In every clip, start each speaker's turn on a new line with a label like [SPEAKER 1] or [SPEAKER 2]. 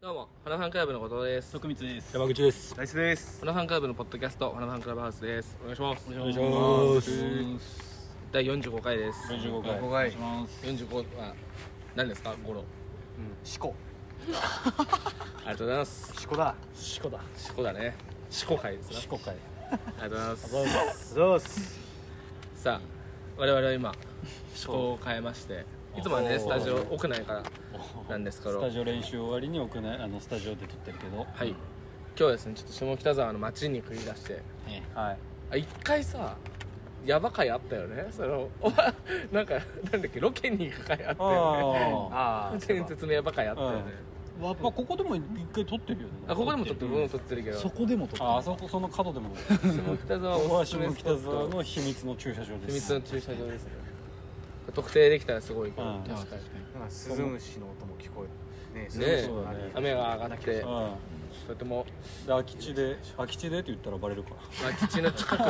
[SPEAKER 1] どうも、花ファンクラブの後藤です。
[SPEAKER 2] 徳光です。
[SPEAKER 3] 山口です。
[SPEAKER 4] ナイスです。
[SPEAKER 1] 花ファンクラブのポッドキャスト、花ファンクラブハウスです。お願いします。
[SPEAKER 3] 願いします
[SPEAKER 1] 第45回です。
[SPEAKER 3] 45
[SPEAKER 4] こ
[SPEAKER 3] 回。
[SPEAKER 4] こ
[SPEAKER 2] お
[SPEAKER 4] が
[SPEAKER 2] 願
[SPEAKER 4] い
[SPEAKER 2] いします。
[SPEAKER 1] 45は、何ですかゴロ。
[SPEAKER 4] 四股。
[SPEAKER 1] ありがとうございます。
[SPEAKER 4] 四股だ。
[SPEAKER 3] 四股だ。
[SPEAKER 1] 四股だね。四股会ですな。
[SPEAKER 3] 四股回。
[SPEAKER 1] ありがとうございます。
[SPEAKER 4] そうっす。
[SPEAKER 1] さあ、我々は今、思考を変えまして、いつもはね、
[SPEAKER 3] おー
[SPEAKER 1] スタジオ屋内からなんですけど、
[SPEAKER 3] ス
[SPEAKER 1] は
[SPEAKER 3] タ
[SPEAKER 1] い。
[SPEAKER 3] ジオ練習終わりに屋内あのスタジオで撮ってるけど。
[SPEAKER 1] 今日はですね、ちょっと下北沢の街に繰り出して、
[SPEAKER 3] ね
[SPEAKER 4] はい。
[SPEAKER 1] あ一回さやば回あったよねそのお 前なんかなんだっけロケに行く回あったよね
[SPEAKER 3] ああ。
[SPEAKER 4] ああ。
[SPEAKER 1] 伝説のやば回あったよね
[SPEAKER 3] やっぱここでも一回撮ってるよね。
[SPEAKER 1] あここでも撮ってる
[SPEAKER 3] う
[SPEAKER 1] ここ
[SPEAKER 3] ん
[SPEAKER 1] でも撮ってるけど
[SPEAKER 2] そこでも撮って
[SPEAKER 3] ああそこその角でも。
[SPEAKER 1] 下北沢
[SPEAKER 3] ここ
[SPEAKER 1] お
[SPEAKER 3] は
[SPEAKER 1] すす
[SPEAKER 3] 下
[SPEAKER 1] め
[SPEAKER 3] 北沢の秘密の駐車場
[SPEAKER 1] 秘
[SPEAKER 3] で
[SPEAKER 1] 密
[SPEAKER 3] す。
[SPEAKER 1] の駐車場ですね特定できたらすごいけど
[SPEAKER 3] うん
[SPEAKER 1] 確かに
[SPEAKER 4] なんか鈴虫の音も聞こえる。ね
[SPEAKER 1] ねえ
[SPEAKER 4] 鈴虫のあれ
[SPEAKER 1] 雨が上がって
[SPEAKER 3] うん。
[SPEAKER 1] とても
[SPEAKER 3] で空き地で空き地でって言ったらバレるか。
[SPEAKER 1] 空き地の近くに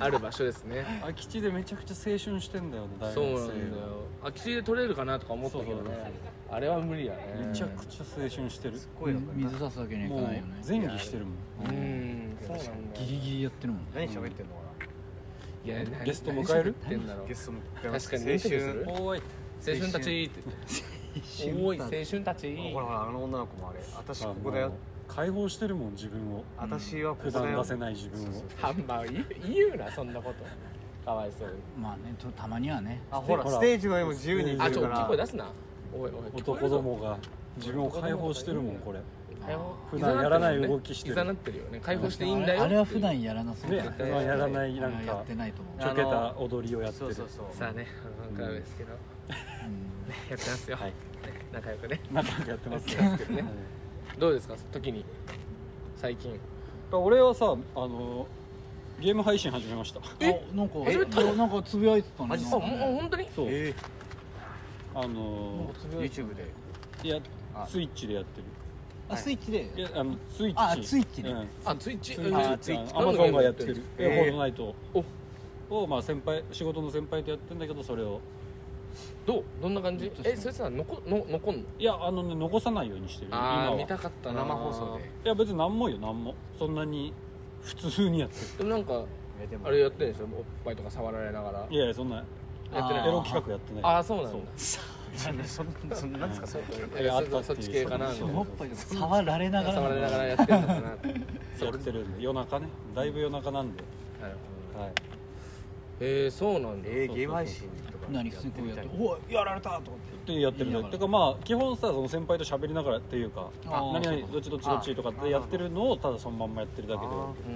[SPEAKER 1] ある場所ですね
[SPEAKER 3] 空き地でめちゃくちゃ青春してんだよね大学
[SPEAKER 1] そ
[SPEAKER 3] 生
[SPEAKER 1] うなんだよ空き地で撮れるかなとか思ったけど
[SPEAKER 3] そうそう
[SPEAKER 1] ねあれは無理やね
[SPEAKER 3] めちゃくちゃ青春してる。
[SPEAKER 4] 声なんか
[SPEAKER 2] 水差すわけにはいか
[SPEAKER 3] もう
[SPEAKER 2] ないよね。
[SPEAKER 3] 前儀してるもん。
[SPEAKER 1] うんそうなんだ
[SPEAKER 2] ギ
[SPEAKER 1] よ
[SPEAKER 2] リギリやってるもんね。
[SPEAKER 4] 何喋ってんのか
[SPEAKER 1] いや何
[SPEAKER 3] ゲスト迎える
[SPEAKER 1] 何喋ってんだろ
[SPEAKER 4] な。
[SPEAKER 1] う
[SPEAKER 4] ゲストも
[SPEAKER 1] 確かに見てる
[SPEAKER 4] 青春。
[SPEAKER 3] おーい。
[SPEAKER 1] 青春たちっておい青春たち
[SPEAKER 4] ほらほらあの女の子もあれ。私ここだ
[SPEAKER 3] あ
[SPEAKER 4] よ
[SPEAKER 3] もう。解放してるもん自分を
[SPEAKER 4] 私はここ
[SPEAKER 3] 普
[SPEAKER 4] だ
[SPEAKER 3] 段
[SPEAKER 4] よ
[SPEAKER 3] 出。せない自分を
[SPEAKER 1] ハンバーグ言う言うなそんなことかわいそうに
[SPEAKER 2] まあね、とたまにはね。
[SPEAKER 4] あほら
[SPEAKER 3] ほら
[SPEAKER 4] ステージの上も自由に行
[SPEAKER 1] あ
[SPEAKER 4] け
[SPEAKER 1] ち
[SPEAKER 4] る
[SPEAKER 1] ょ
[SPEAKER 4] か
[SPEAKER 1] 大きい声
[SPEAKER 4] ら
[SPEAKER 1] 出。すなおいおい
[SPEAKER 3] 男どもが自分を解放してるもんこれ普段やらない動きしてる
[SPEAKER 1] 膝なってるよね解放していいんだよ
[SPEAKER 2] あれは普
[SPEAKER 1] って
[SPEAKER 2] 段やらなそうだ
[SPEAKER 3] ね
[SPEAKER 2] よ
[SPEAKER 3] 普段やらない
[SPEAKER 2] あ
[SPEAKER 3] な
[SPEAKER 2] れは
[SPEAKER 3] ん
[SPEAKER 2] や
[SPEAKER 3] か
[SPEAKER 2] ってないと思う。
[SPEAKER 3] ちょけた踊りをやって
[SPEAKER 4] そう
[SPEAKER 3] る
[SPEAKER 4] そうそう
[SPEAKER 1] いう。さあねあのクラブですけどね
[SPEAKER 2] うん
[SPEAKER 1] やってますよ
[SPEAKER 3] はい
[SPEAKER 1] ね仲良くね
[SPEAKER 3] なかなかやってま
[SPEAKER 1] や
[SPEAKER 3] す
[SPEAKER 1] ってま
[SPEAKER 3] ね
[SPEAKER 1] すけどね
[SPEAKER 3] うん
[SPEAKER 1] どうですか時に最近
[SPEAKER 3] 俺はさあのゲーム配信始めました
[SPEAKER 2] あなんか
[SPEAKER 1] 初めてだよ
[SPEAKER 2] えなんかつぶやいてたね。
[SPEAKER 1] あ
[SPEAKER 2] な
[SPEAKER 1] も
[SPEAKER 2] んか
[SPEAKER 1] う本当に
[SPEAKER 3] そう
[SPEAKER 4] え
[SPEAKER 3] あ
[SPEAKER 4] え。
[SPEAKER 3] の
[SPEAKER 4] YouTube で。
[SPEAKER 3] いや
[SPEAKER 4] あ
[SPEAKER 3] スイッチでやって
[SPEAKER 2] あスイッチ
[SPEAKER 3] るい
[SPEAKER 2] で。
[SPEAKER 3] やあのスイッチ
[SPEAKER 2] あスイッチね
[SPEAKER 3] うん
[SPEAKER 1] あツイッチ
[SPEAKER 3] ツ
[SPEAKER 1] え
[SPEAKER 3] イッ
[SPEAKER 1] ー
[SPEAKER 3] チツイッ
[SPEAKER 4] ツイッ
[SPEAKER 3] チ
[SPEAKER 4] チ
[SPEAKER 3] アマゾンがやってるフ
[SPEAKER 4] えー
[SPEAKER 3] ォートナイト
[SPEAKER 1] お
[SPEAKER 3] をまあ先輩仕事の先輩とやってんだけどそれを
[SPEAKER 1] どうどんな感じえそれさ残の残んの
[SPEAKER 3] いやあのね残さないようにしてる
[SPEAKER 1] あ
[SPEAKER 3] 今
[SPEAKER 1] あ
[SPEAKER 3] は
[SPEAKER 1] 見たかったな
[SPEAKER 4] 生放送で。
[SPEAKER 3] いや別に何もよ何もそんなに普通にやって
[SPEAKER 1] でもなんか
[SPEAKER 4] いやでも
[SPEAKER 1] あれやってるんでしょおっぱいとか触られながら
[SPEAKER 3] るいやいやそんなや
[SPEAKER 1] やって
[SPEAKER 3] エ
[SPEAKER 1] ない
[SPEAKER 3] ロ企画やってない
[SPEAKER 1] ああそうなんだ
[SPEAKER 4] そんなそんなそんななんですかそれ。
[SPEAKER 1] いやそそっち系かなみた
[SPEAKER 3] そ
[SPEAKER 1] い
[SPEAKER 3] の
[SPEAKER 1] な
[SPEAKER 2] おっぱいでも触られながら。
[SPEAKER 1] 触られながらやってるのかななる
[SPEAKER 3] やってるんで夜中ねだいぶ夜中なんで
[SPEAKER 1] ほど
[SPEAKER 3] はい
[SPEAKER 1] えー、そうなんだ
[SPEAKER 4] えーゲーム配信とか。
[SPEAKER 2] 何普通にこうやって。
[SPEAKER 4] て
[SPEAKER 2] おいやられたと思って。
[SPEAKER 3] ってやってるん
[SPEAKER 2] いい
[SPEAKER 3] だ
[SPEAKER 2] よ
[SPEAKER 3] てかまあ基本さその先輩と喋りながらっていうか
[SPEAKER 2] あー
[SPEAKER 3] 何々どっちどっちどっちとかってやってるのをただそのまんまやってるだけで
[SPEAKER 4] あ
[SPEAKER 1] うー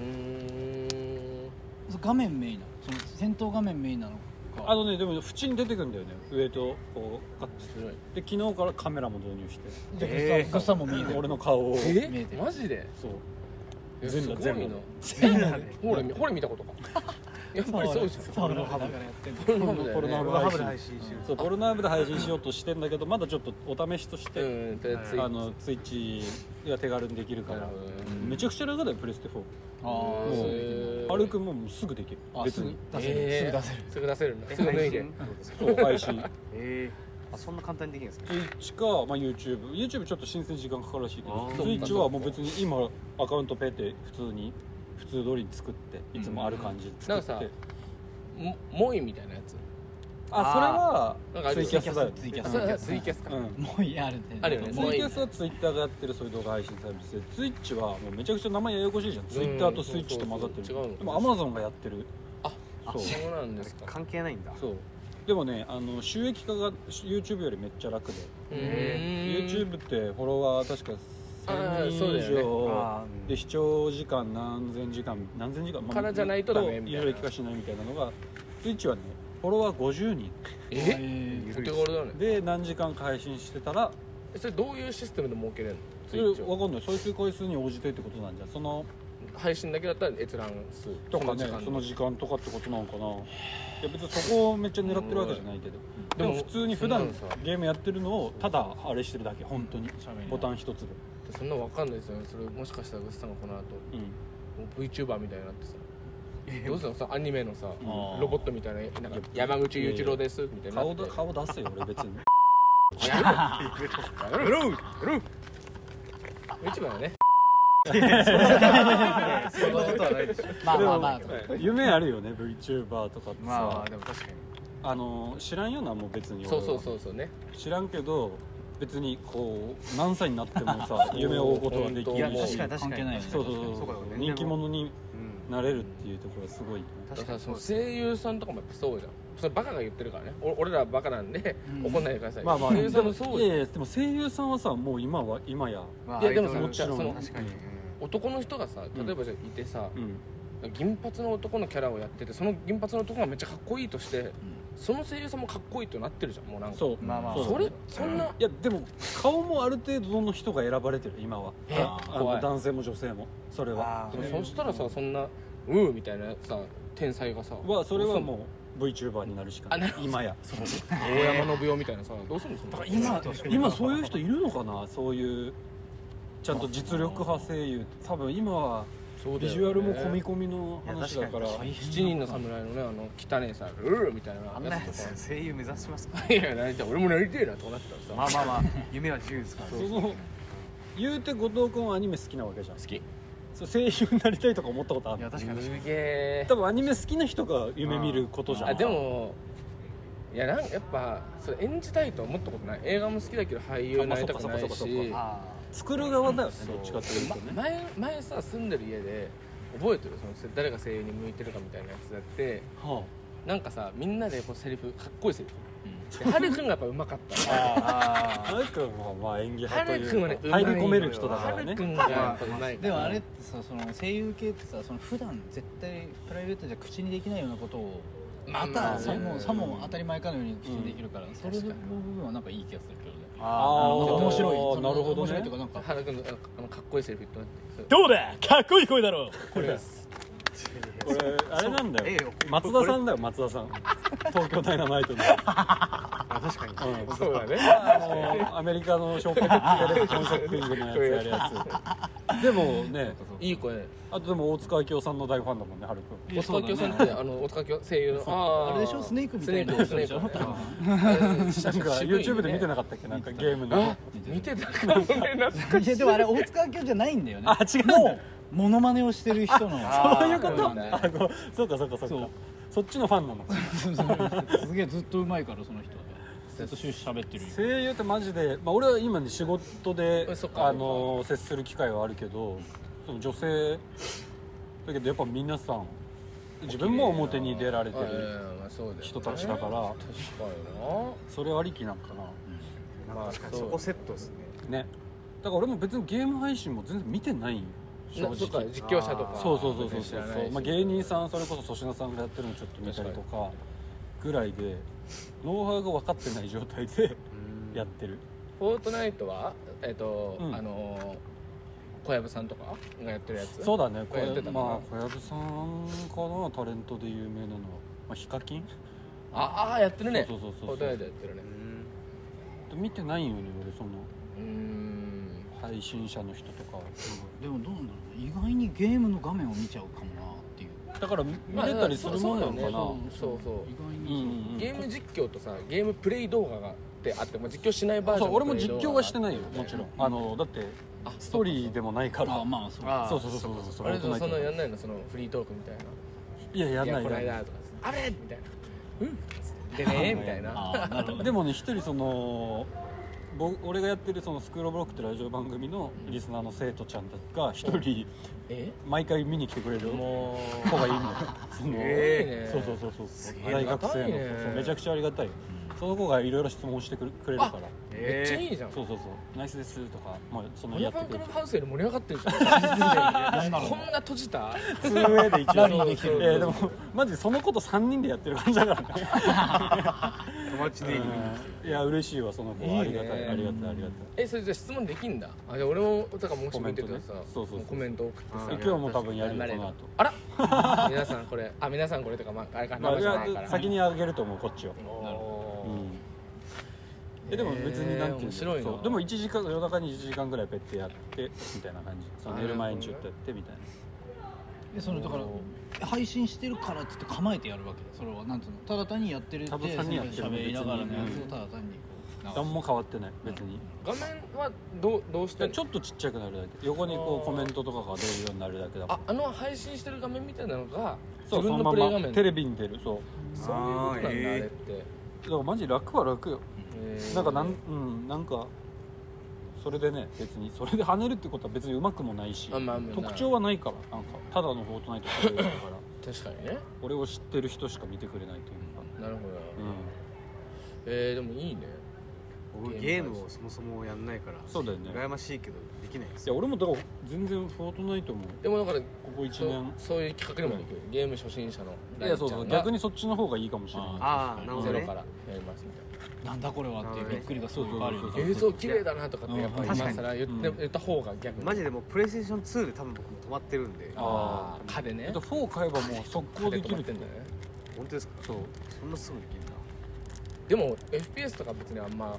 [SPEAKER 1] ん
[SPEAKER 2] そう画面メインなの。その戦闘画面メインなのか。
[SPEAKER 3] あのねでも縁に出てくんだよね上とこうカッ
[SPEAKER 1] すごい
[SPEAKER 3] てで昨日からカメラも導入して
[SPEAKER 2] じゃあ
[SPEAKER 4] え
[SPEAKER 2] グ
[SPEAKER 4] ー
[SPEAKER 2] ッサンも見えてる。
[SPEAKER 3] 俺の顔を
[SPEAKER 1] え
[SPEAKER 2] 見えてる
[SPEAKER 1] マジで
[SPEAKER 3] そう
[SPEAKER 1] え
[SPEAKER 3] 全
[SPEAKER 1] す
[SPEAKER 3] 部
[SPEAKER 1] ごい
[SPEAKER 3] 全部
[SPEAKER 1] な
[SPEAKER 4] ー
[SPEAKER 1] ほらみほら見たことか やっぱりそうじゃん
[SPEAKER 2] 触られながらやってる。
[SPEAKER 1] ポルノハブだよ
[SPEAKER 3] ポルノハ
[SPEAKER 1] ね
[SPEAKER 3] ブ
[SPEAKER 4] ワハブで配信中。
[SPEAKER 3] そうポルナーブで配信しようとしてんだけどまだちょっとお試しとし
[SPEAKER 1] う
[SPEAKER 3] て、
[SPEAKER 1] んうんとりあえずツイ
[SPEAKER 3] あのツイッチが手軽にできるか
[SPEAKER 1] なる
[SPEAKER 3] ら
[SPEAKER 1] ほどね
[SPEAKER 3] めちゃくちゃ楽だよプレステ4
[SPEAKER 2] ああ
[SPEAKER 3] もう
[SPEAKER 2] そういう
[SPEAKER 1] えー
[SPEAKER 3] 歩くももうすぐできる
[SPEAKER 2] あ
[SPEAKER 3] 別
[SPEAKER 2] す
[SPEAKER 3] に
[SPEAKER 2] ぐ出せる、
[SPEAKER 1] えー
[SPEAKER 2] すぐ出せる
[SPEAKER 1] すぐ出せるんだすぐ脱いで
[SPEAKER 3] そう配信
[SPEAKER 4] えー、あそんな簡単にできるんです
[SPEAKER 3] ツ
[SPEAKER 4] か
[SPEAKER 3] イッチか、まあ、YouTubeYouTube ちょっと申請時間かかるらしいけど
[SPEAKER 4] あ
[SPEAKER 3] ツ
[SPEAKER 4] ー
[SPEAKER 3] イッチはもう別に今アカウントペイって普通に普通通りに作っていつもある感じで作って、
[SPEAKER 1] うんなんかもモイみたいなやつなんか
[SPEAKER 3] あそれ
[SPEAKER 1] あ
[SPEAKER 3] は
[SPEAKER 1] る
[SPEAKER 3] ツ
[SPEAKER 1] よ
[SPEAKER 3] イキャスだよね
[SPEAKER 2] ツイキャ
[SPEAKER 1] あ
[SPEAKER 2] ス
[SPEAKER 1] そ
[SPEAKER 2] ツイキ
[SPEAKER 1] れツイキ
[SPEAKER 2] ャ
[SPEAKER 1] ャスか
[SPEAKER 3] うん
[SPEAKER 2] スもうやるね
[SPEAKER 1] あるよね
[SPEAKER 3] ツイキャスはツイッターがやってるそういう動画配信サービスでツイッチはもうめちゃくちゃ名前ややこしいじゃんツイッターとスイッチと混ざってる
[SPEAKER 1] そうそうそう違うの
[SPEAKER 3] でもアマゾンがやってる
[SPEAKER 1] あ
[SPEAKER 3] そう
[SPEAKER 1] そうなんですか
[SPEAKER 4] 関係ないんだ
[SPEAKER 3] そうでもねあの収益化が YouTube よりめっちゃ楽で、
[SPEAKER 1] うー
[SPEAKER 4] え
[SPEAKER 1] ん
[SPEAKER 3] YouTube ってフォロワー確か
[SPEAKER 1] あ
[SPEAKER 3] 1000
[SPEAKER 1] ーそうだ
[SPEAKER 3] 人以
[SPEAKER 1] よ
[SPEAKER 3] 上、
[SPEAKER 4] あー
[SPEAKER 3] で視聴時間何千時間何千時間、
[SPEAKER 1] からじゃないとダメみたいな
[SPEAKER 3] 有益化しないみたいなのがツイッチはねフォロワー50人
[SPEAKER 1] え
[SPEAKER 2] え
[SPEAKER 1] お手頃だね
[SPEAKER 3] で何時間か配信してたら
[SPEAKER 1] えそれどういうシステムで設けれるの
[SPEAKER 3] そ
[SPEAKER 1] ツイ
[SPEAKER 3] れ
[SPEAKER 1] ッチ
[SPEAKER 3] わ
[SPEAKER 1] を
[SPEAKER 3] かんない再生回数に応じてってことなんじゃんその
[SPEAKER 1] 配信だけだったら閲覧数
[SPEAKER 3] とか
[SPEAKER 1] そ
[SPEAKER 3] ね
[SPEAKER 1] の時間
[SPEAKER 3] その時間とかってことなのかないや別にそこをめっちゃ狙ってるわけじゃないけどでも普通に普段
[SPEAKER 1] そんなのさ
[SPEAKER 3] ゲームやってるのをただあれしてるだけ本当にボタ
[SPEAKER 2] ン
[SPEAKER 3] ン一つで、
[SPEAKER 1] そんなわかんないですよねそれもしかしたらグッズさんがこの後もう VTuber みたいになってさどうすんのさアニメのさ
[SPEAKER 3] うん
[SPEAKER 2] あー
[SPEAKER 1] ロボットみたいななんか山口雄一郎ですみたいにな
[SPEAKER 3] 顔
[SPEAKER 1] って
[SPEAKER 3] だ顔出せよ俺別に
[SPEAKER 1] やめろやめろ YouTube はね
[SPEAKER 4] そんなことはないでしょ
[SPEAKER 2] まあ
[SPEAKER 3] でも
[SPEAKER 2] まあまあとか
[SPEAKER 3] 夢あるよね VTuber とかってさ、
[SPEAKER 4] まあでも確かに
[SPEAKER 3] あの知らんよなもう別に
[SPEAKER 1] そ
[SPEAKER 3] 俺は
[SPEAKER 1] うそうそうそうね
[SPEAKER 3] 知らんけど別にこう何歳になっても さ夢を追うことができ
[SPEAKER 1] い
[SPEAKER 4] い
[SPEAKER 1] や
[SPEAKER 3] る
[SPEAKER 4] や
[SPEAKER 1] もう
[SPEAKER 4] 確
[SPEAKER 3] し
[SPEAKER 4] かに確かに
[SPEAKER 2] 関係ないよね
[SPEAKER 3] そうそうそう
[SPEAKER 4] そうかそうか
[SPEAKER 3] 人気者に
[SPEAKER 4] うん
[SPEAKER 3] なれるっていうところはすごいよね
[SPEAKER 1] だ
[SPEAKER 4] 確
[SPEAKER 1] か
[SPEAKER 4] からに
[SPEAKER 1] そ
[SPEAKER 4] そう
[SPEAKER 1] の
[SPEAKER 4] ですね
[SPEAKER 1] 声優さんとかもやっぱそうじゃんそれバカが言ってるからねお俺らはバカなんで、
[SPEAKER 2] うん
[SPEAKER 1] 怒んないでください、
[SPEAKER 3] まあまあ
[SPEAKER 1] 声優さんも
[SPEAKER 3] で
[SPEAKER 1] そうじ
[SPEAKER 3] い
[SPEAKER 1] ゃん
[SPEAKER 3] やいやでも声優さんはさもう今は今や
[SPEAKER 4] まあ
[SPEAKER 1] いやでも
[SPEAKER 4] ア
[SPEAKER 1] さ
[SPEAKER 4] イドル
[SPEAKER 1] もちろんその
[SPEAKER 4] 確かに
[SPEAKER 1] 男の人がさ
[SPEAKER 3] うん
[SPEAKER 1] 例えばじゃあいてさ、
[SPEAKER 3] うん
[SPEAKER 1] 銀髪の男のキャラをやっててその銀髪の男がめっちゃかっこいいとしてその声優さんもかっこいいとなってるじゃんもうなんか
[SPEAKER 3] そう
[SPEAKER 4] まあまあ
[SPEAKER 3] う
[SPEAKER 1] それそんない
[SPEAKER 3] やでも顔もある程度の人が選ばれてる今は
[SPEAKER 1] え
[SPEAKER 3] あ
[SPEAKER 1] 怖
[SPEAKER 3] の
[SPEAKER 1] い
[SPEAKER 3] 男性も女性もそれは
[SPEAKER 4] あ
[SPEAKER 1] で
[SPEAKER 4] ー
[SPEAKER 1] もそしたらさそんな「うー」みたいなさ天才がさ
[SPEAKER 3] はそれはもう VTuber になるしかな
[SPEAKER 1] あないるほど
[SPEAKER 3] 今や
[SPEAKER 1] 大山信代みたいなさどうするのそんな
[SPEAKER 3] だから今今そういう人いるのかなそういうちゃんと実力派声優多分今は
[SPEAKER 1] そうだ
[SPEAKER 3] ビ
[SPEAKER 1] よね
[SPEAKER 3] ジュアルも込み込みの話だから
[SPEAKER 4] いや確か
[SPEAKER 1] 七人の侍のねあの汚ねえさ「うー」みたいな
[SPEAKER 4] あんなや
[SPEAKER 1] やつとか
[SPEAKER 4] つ声優目指しますか
[SPEAKER 1] いやなりたい俺もなりてえなとかなったらさ
[SPEAKER 4] まあまあまあ夢は自由ですから
[SPEAKER 3] その言うて後藤君はアニメ好きなわけじゃん
[SPEAKER 1] 好き
[SPEAKER 3] そう声優になりたいとか思ったことあ
[SPEAKER 4] い
[SPEAKER 3] る
[SPEAKER 4] や確かに確かに
[SPEAKER 1] すげえ
[SPEAKER 3] 多分アニメ好きな人が夢見ることじゃん
[SPEAKER 1] あでもいやなんやっぱそれ演じたいとは思ったことない映画も好きだけど俳優になりたくない
[SPEAKER 3] あまあそっかそっかそっかそっ
[SPEAKER 1] し
[SPEAKER 3] か
[SPEAKER 4] あ
[SPEAKER 3] 作る側だよね
[SPEAKER 1] そう
[SPEAKER 3] どっちかっていうとね
[SPEAKER 1] 前前さ住んでる家で覚えてるその誰が声優に向いてるかみたいなやつだって
[SPEAKER 3] は
[SPEAKER 1] なんかさみんなでこうセリフかっこいいセリフでハルくんがやっぱうまかった
[SPEAKER 4] ーあ
[SPEAKER 3] あはるくんはまあ演技派とい
[SPEAKER 1] はる
[SPEAKER 3] う
[SPEAKER 1] くん
[SPEAKER 3] か
[SPEAKER 1] はね
[SPEAKER 3] 入り込める人だか
[SPEAKER 1] ハ
[SPEAKER 3] ら
[SPEAKER 1] ル
[SPEAKER 3] ね
[SPEAKER 1] くんがやっぱうまいか
[SPEAKER 2] で
[SPEAKER 1] ら
[SPEAKER 2] もあれってさその声優系ってさその普段絶対プライベートじゃ口にできないようなことを
[SPEAKER 1] まあ
[SPEAKER 2] ま
[SPEAKER 1] まあ
[SPEAKER 2] た
[SPEAKER 1] ね
[SPEAKER 2] さもうさも当たり前かのように口にできるから、それの部分はなんかいい気がするけどね
[SPEAKER 4] ー
[SPEAKER 3] あ
[SPEAKER 4] あ
[SPEAKER 3] ー
[SPEAKER 2] なんか面白いその
[SPEAKER 3] なるほどね
[SPEAKER 2] 面白いとかなんか
[SPEAKER 1] ハルくんのあのあのかっこいいセリフ言ってもらって
[SPEAKER 5] どうだかっこいい声だろ
[SPEAKER 1] これです
[SPEAKER 3] これあれなんだ
[SPEAKER 4] ええ
[SPEAKER 3] よ
[SPEAKER 4] よ
[SPEAKER 3] 松田さんだよ松田 さん東京ダイナマイトの
[SPEAKER 4] あ確かに
[SPEAKER 3] うん
[SPEAKER 1] そうだね
[SPEAKER 3] あのアメリカのショーケットテレコンショッピングのやつやるやつでもね
[SPEAKER 1] いい声
[SPEAKER 3] あとでも大塚明夫さんの大ファンだもんねはるくん
[SPEAKER 1] 大塚明夫さんってあの大塚明夫声優のあー
[SPEAKER 2] あれでしょスネークみたいな
[SPEAKER 1] スネークスネーク
[SPEAKER 2] やつでしょ
[SPEAKER 1] な
[SPEAKER 3] なんか YouTube で見てなかったっけなんかゲームの
[SPEAKER 1] 見てたかもねな
[SPEAKER 2] いやでもあれ大塚明夫じゃないんだよね
[SPEAKER 3] あ違うんだ
[SPEAKER 2] もうモノマネをしてる人の
[SPEAKER 4] あ
[SPEAKER 3] そういうこ
[SPEAKER 1] そ
[SPEAKER 3] と
[SPEAKER 1] うね
[SPEAKER 3] あごそうかそうかそう
[SPEAKER 2] そ
[SPEAKER 3] か
[SPEAKER 2] う
[SPEAKER 3] そっちのファンなの
[SPEAKER 2] そう そうすげえずっとうまいからその人はずっと終始喋ってるよ
[SPEAKER 3] 声優ってマジで、まあ、俺は今ね仕事で
[SPEAKER 1] うんそっか
[SPEAKER 3] あの接する機会はあるけどその女性だけどやっぱ皆さん自分も表に出られて
[SPEAKER 1] え
[SPEAKER 3] る
[SPEAKER 1] えまあそうだよね
[SPEAKER 3] 人たちだから
[SPEAKER 1] 確か
[SPEAKER 3] それありきなんか
[SPEAKER 4] なんか確かにそこセットですね
[SPEAKER 3] なねだから俺も別にゲーム配信も全然見てないんよ
[SPEAKER 1] に
[SPEAKER 3] 正
[SPEAKER 1] ななそっか
[SPEAKER 3] 直
[SPEAKER 1] 実況者とか
[SPEAKER 3] そうそうそうそ
[SPEAKER 1] 別
[SPEAKER 3] う
[SPEAKER 1] に知
[SPEAKER 3] そう
[SPEAKER 1] らないし
[SPEAKER 3] まあ、芸人さんそれこそ粗品さんがやってるのちょっと見たりとかぐらいでノウハウが分かってない状態でやってる
[SPEAKER 1] フォートナイトはえっ、と、
[SPEAKER 3] うん
[SPEAKER 1] あのー小籔さんとかがやってるやつ
[SPEAKER 3] そうだね
[SPEAKER 1] こうやってたの
[SPEAKER 3] まあ小籔さんかなタレントで有名なのは、まあ、ヒカキン
[SPEAKER 1] ああーやってるね
[SPEAKER 3] そうそうそう
[SPEAKER 1] フォート
[SPEAKER 3] そう
[SPEAKER 1] ナイトやってるね
[SPEAKER 3] 見てないよね俺その
[SPEAKER 1] うーん
[SPEAKER 3] 配信者の人とかを
[SPEAKER 2] でもどうなんだろうね意外にゲームの画面を見ちゃうかもなっていう
[SPEAKER 3] だから見れたりするもんなのかな、
[SPEAKER 1] まあそうそうそう
[SPEAKER 2] 意外
[SPEAKER 3] うん
[SPEAKER 2] に
[SPEAKER 3] うんうん
[SPEAKER 1] ゲーム実況とさゲームプレイ動画がってあっても実況しないバージ
[SPEAKER 3] そ
[SPEAKER 1] ョン
[SPEAKER 3] う俺も実況はしてないよもちろん、あ
[SPEAKER 1] の
[SPEAKER 3] のだってストーリーでもないか
[SPEAKER 2] そう
[SPEAKER 3] ら
[SPEAKER 2] あまあそう
[SPEAKER 4] あ
[SPEAKER 3] そうそうそうそうそう
[SPEAKER 1] あれでも
[SPEAKER 3] そ
[SPEAKER 1] そ
[SPEAKER 3] うんな
[SPEAKER 1] なんや
[SPEAKER 3] だ
[SPEAKER 1] んないのそのフリートークみたいない
[SPEAKER 3] ややん
[SPEAKER 1] いやこの
[SPEAKER 3] ないや
[SPEAKER 1] 間とかあれみたいなうん でねみたいな
[SPEAKER 2] あなる ほど
[SPEAKER 3] でもね一人その僕俺がやってるそのスクールオブロックってラジオ番組のリスナーの生徒ちゃんが一人
[SPEAKER 1] え
[SPEAKER 3] 毎回見に来てくれる
[SPEAKER 1] もう
[SPEAKER 3] 子がいるのよ その
[SPEAKER 1] ええ
[SPEAKER 3] そうそうそうそうそう
[SPEAKER 1] げえ
[SPEAKER 3] 大学生
[SPEAKER 1] ありがたい
[SPEAKER 3] の
[SPEAKER 1] ね
[SPEAKER 3] そうそうめちゃくちゃありがたいよその子がいろいろ質問してくるくれるから
[SPEAKER 1] めっちゃい
[SPEAKER 4] え
[SPEAKER 1] いじゃん
[SPEAKER 3] そうそうそうナイスですとかまあその
[SPEAKER 1] こ
[SPEAKER 3] や
[SPEAKER 1] の
[SPEAKER 3] って
[SPEAKER 1] パンク
[SPEAKER 3] くれる
[SPEAKER 1] ラブハウスより盛り上がってる じゃんこんな閉じた
[SPEAKER 3] 2way で一応
[SPEAKER 1] 何できる
[SPEAKER 3] いやでもマジそのこと3人でやってる感じだからね
[SPEAKER 4] ー友達でいい
[SPEAKER 3] うんいや嬉しいわその子はいあ
[SPEAKER 1] い
[SPEAKER 3] り
[SPEAKER 1] ね
[SPEAKER 3] がたいありがたいありがたい
[SPEAKER 1] えそれじゃあ質問できんだあじゃあ俺もだから申し
[SPEAKER 3] コ
[SPEAKER 1] 込
[SPEAKER 3] メ
[SPEAKER 1] み
[SPEAKER 3] ン
[SPEAKER 1] て
[SPEAKER 3] ト
[SPEAKER 1] た
[SPEAKER 3] ね
[SPEAKER 1] らさ
[SPEAKER 3] そうそうそう
[SPEAKER 1] コメント送ってさ
[SPEAKER 4] うん
[SPEAKER 3] 今日も多分やるよ
[SPEAKER 1] 頑張れ
[SPEAKER 3] この
[SPEAKER 1] よ
[SPEAKER 3] 後
[SPEAKER 1] あら 皆さんこれあ皆さんこれとかまああれか
[SPEAKER 3] まあ
[SPEAKER 1] 生
[SPEAKER 3] 俺
[SPEAKER 1] じゃないか
[SPEAKER 3] は
[SPEAKER 1] ら
[SPEAKER 3] 先にあげると思うこっちを
[SPEAKER 1] お
[SPEAKER 3] う
[SPEAKER 1] ー
[SPEAKER 3] んえでも別になんて
[SPEAKER 1] へー
[SPEAKER 3] いうんだろ
[SPEAKER 1] 面白
[SPEAKER 3] う
[SPEAKER 1] いな
[SPEAKER 3] そうでも1時間夜中に1時間ぐらいペッてやってみたいな感じその寝る前にちょっとやってみたいな
[SPEAKER 2] えそのだから配信してるからっつって構えてやるわけそれはなんつうのただ単にやってる
[SPEAKER 3] ただ単にやってる
[SPEAKER 2] 喋りながらのやつ
[SPEAKER 3] 別に
[SPEAKER 2] をただ単にこ
[SPEAKER 3] 何も変わってない別に、
[SPEAKER 1] 画面はどうどうし
[SPEAKER 3] い
[SPEAKER 1] て
[SPEAKER 3] や
[SPEAKER 1] んの
[SPEAKER 3] ちょっとちっちゃくなるだけ横にこう
[SPEAKER 1] あー
[SPEAKER 3] コメントとかが出るようになるだけだか
[SPEAKER 1] ああの配信してる画面みたいなのが
[SPEAKER 3] ら
[SPEAKER 1] 自
[SPEAKER 3] そうそ
[SPEAKER 1] 分
[SPEAKER 3] の
[SPEAKER 1] のプレイ画
[SPEAKER 3] まま
[SPEAKER 1] 面
[SPEAKER 3] テレビに出るそう
[SPEAKER 1] そういうことなんだ、
[SPEAKER 4] あー
[SPEAKER 1] あ
[SPEAKER 4] え
[SPEAKER 1] れ
[SPEAKER 4] ー
[SPEAKER 1] って、
[SPEAKER 3] だからマジ楽は楽よ
[SPEAKER 1] えー
[SPEAKER 3] なんかなんうんなんかそれでね別にそれで跳ねるってことは別にうまくもないし
[SPEAKER 1] あまあまあ
[SPEAKER 3] 特徴はないからなんかただの「フォートナイト」プレイヤーだから
[SPEAKER 1] 確かにね
[SPEAKER 3] 俺を知ってる人しか見てくれないというか
[SPEAKER 1] なるほど、
[SPEAKER 3] う
[SPEAKER 1] えー、でもいいね
[SPEAKER 4] 僕ゲームをそもそもやんないから
[SPEAKER 3] んそうだよね
[SPEAKER 4] 羨ましいけどできないです
[SPEAKER 3] いや俺もだから全然「フォートナイト」も
[SPEAKER 1] でもだから
[SPEAKER 3] ここ
[SPEAKER 1] そ
[SPEAKER 3] 1
[SPEAKER 1] う
[SPEAKER 3] 年
[SPEAKER 1] そういう企画でもできる、ゲーム初心者の
[SPEAKER 3] いやそうそ
[SPEAKER 1] 大ちゃ
[SPEAKER 3] う
[SPEAKER 1] んが
[SPEAKER 3] 逆にそっちの方がいいかもしれない
[SPEAKER 4] ああなるほど
[SPEAKER 1] ゼロ
[SPEAKER 4] ね
[SPEAKER 1] からやりますみたいな
[SPEAKER 2] なんだこれはっていうびっくりがすごいいっぱいあるよ
[SPEAKER 3] そう
[SPEAKER 2] ね
[SPEAKER 1] 映像綺麗だなとかってやっぱり
[SPEAKER 2] うん
[SPEAKER 1] 今更言って
[SPEAKER 3] うん
[SPEAKER 1] 言った方が逆に
[SPEAKER 4] マジでもうプレイステーション2で多分僕も止まってるんで
[SPEAKER 3] あ
[SPEAKER 1] ああ壁
[SPEAKER 3] えっ
[SPEAKER 1] ね
[SPEAKER 3] と4買えばもう速攻
[SPEAKER 1] 壁止
[SPEAKER 3] でき
[SPEAKER 1] ま
[SPEAKER 3] る
[SPEAKER 1] ってんだよね
[SPEAKER 4] 本当ですか
[SPEAKER 3] そう
[SPEAKER 4] そんなすぐできるんだ
[SPEAKER 1] でも FPS とか別にあんま